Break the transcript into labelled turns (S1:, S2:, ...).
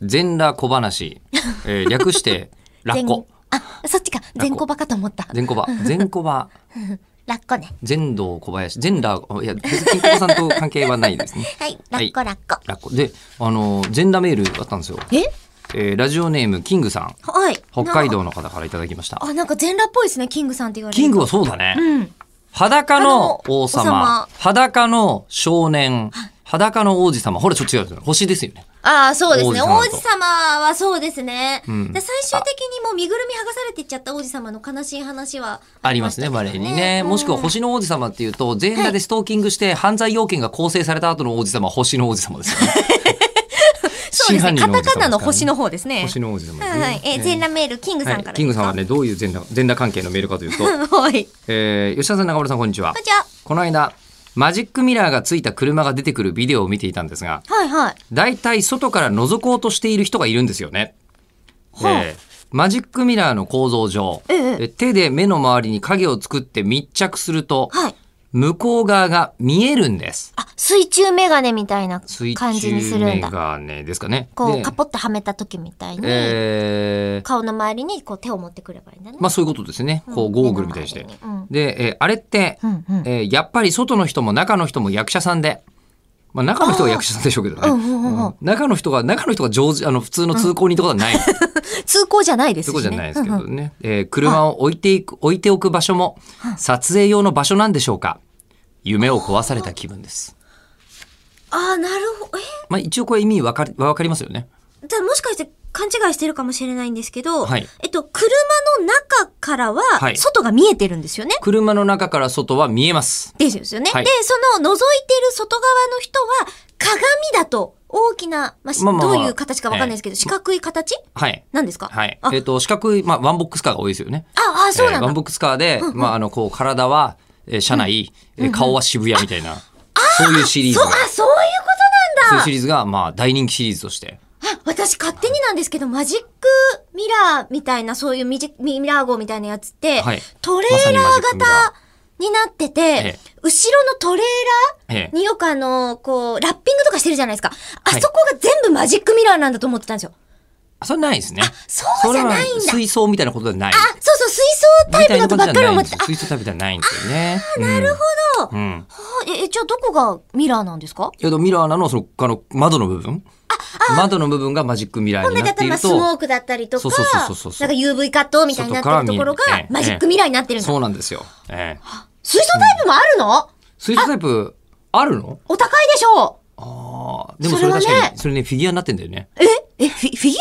S1: 全裸小話、 えー略してラッコ
S2: あ、そっちか。全コバかと思った。
S1: 全小 バ全小バ
S2: ラッコね。
S1: 全道小林全裸あいや別に金子さんと関係はないですね
S2: はい。ラッ
S1: は
S2: コ
S1: い
S2: ラッコ。
S1: ラッコであの全裸メールあったんですよ、
S2: え
S1: えーラジオネームキングさん
S2: はい。
S1: 北海道の方からいただきました
S2: な。あ、なんか全裸っぽいですね。キングさんって言われる。
S1: キングはそうだね、
S2: うん。
S1: 裸の王様
S2: 王様
S1: 裸の少年裸の王子様ほらちょっと違うですよね星ですよね
S2: ああ、そうですね。
S1: 王
S2: 王
S1: 子様
S2: 子
S1: と
S2: 様はそうですね。
S1: ん
S2: で最終的にもう身ぐるみ剥がされていっちゃった王子様の悲しい話は
S1: ありますね、バレーにね。もしくは星の王子様っていうと、全裸でストーキングして犯罪要件が構成された後の王子様は星の王子様ですよね。
S2: そうですね。カタカナの星
S1: の。
S2: の方ですね。
S1: 星の王子様です
S2: は
S1: ね
S2: いはい。え、全裸メール、キングさんか
S1: は
S2: ら
S1: いキングさんはね、どういう全裸全裸関係のメールかというと、
S2: ははい。
S1: えー吉田さん、中村さん、こんにちは
S2: こん。にちは。
S1: この間、マジックミラーがついた車が出てくるビデオを見ていたんですが、
S2: はいはい。
S1: 大体外から覗こうとしている人がいるんですよね。
S2: はあ
S1: えーマジックミラーの構造上、
S2: ええ
S1: え手で目の周りに影を作って密着すると、
S2: はい。
S1: 向こう側が見えるんです。
S2: あ、水中メガネみたいな
S1: 水
S2: 感じにす
S1: 中
S2: るん
S1: メ
S2: だ。
S1: ガネですかね。
S2: こう、
S1: で
S2: カポッとはめた時みたいに、
S1: えー
S2: 顔の周りにこう手を持ってくればいいんだね。
S1: まあそういうことですね。こうゴーグルみたいにして。
S2: 目の周りに
S1: で、えーあれって、
S2: うんうんうん。
S1: えーやっぱり外の人も中の人も役者さんで、まあ中の人が役者さんでしょうけどね。
S2: うんうんうんうん
S1: うん中の人が、中の人が上手、あの普通の通行人とかはない。
S2: 通行じゃないです
S1: そ
S2: し
S1: こ
S2: ね。
S1: じゃないですけ
S2: う
S1: ど
S2: んうん
S1: ね。えー車を置いていく、置いておく場所も、撮影用の場所なんでしょうか。夢を壊された気分です。
S2: ああ、なるほど。え
S1: まあ一応これ意味わかり、わかりますよね。
S2: じゃあもしかして勘違いしてるかもしれないんですけど、
S1: はい
S2: えっと、車の中からは
S1: は、い
S2: 外が見えてるんですよね。
S1: 車の中から外は見えます。
S2: ですよね。
S1: はい
S2: で、その覗いてる外側の人は、鏡だと大きな、まあし
S1: まあまあまあ
S2: どういう形かわかんないですけど、四角い形
S1: はい。
S2: なんですか
S1: はい
S2: あ。
S1: えっ、と、四角い、まあ、ワンボックスカーが多いですよね。
S2: あ、あ、そうなん
S1: えー
S2: だ。
S1: ワンボックスカーで、まあ、あの、こう、体は、えー車内、えー顔は渋谷みたいな、そういうシリーズ
S2: そう、
S1: が、
S2: あ、そういうこと
S1: そう
S2: なん
S1: いう
S2: だ
S1: シリーズが、まあ、大人気シリーズとして。
S2: あ私勝手になんですけど、マジックミラーみたいな、そういうミジミラー号みたいなやつって、
S1: はい
S2: トレーラ
S1: まさにマジ
S2: ー
S1: ックミラー
S2: 型になってて、
S1: え
S2: 後ろのトレーラ
S1: ええ
S2: ーによくあの、こう、ラッピングとかしてるじゃないですか。あ
S1: はい
S2: そこが全部マジックミラーなんだと思ってたんですよ。
S1: あそれないですね。
S2: そうじゃないん
S1: それ
S2: だ
S1: は。水槽みたいなことではない。
S2: あ、そうそう、水槽タイプだとばっかり思ってた。あ、
S1: 水槽タイプではないんですよね。なるほど。うん。
S2: え、えじゃあどこがミラーなんですか
S1: けどミラーなのそのあの窓の部分窓の部分がマジックミラーに
S2: なん
S1: な
S2: か
S1: ってい
S2: まあ
S1: る
S2: スモー
S1: と
S2: クだったりとか、
S1: そう
S2: なん
S1: そう
S2: か
S1: そうそうそう
S2: UV カットみたいになってるところが
S1: 外から見えるええ
S2: マジックミラーになってるんだ。
S1: そうなんですよ、ええ、
S2: 水槽タイプもあるの
S1: 水槽タイプあるの
S2: お高いでしょう
S1: ああでもそ
S2: そ
S1: れ
S2: れは
S1: 確
S2: ね
S1: かにそれねフィギュアになってんだよね
S2: え、え、フィフィギ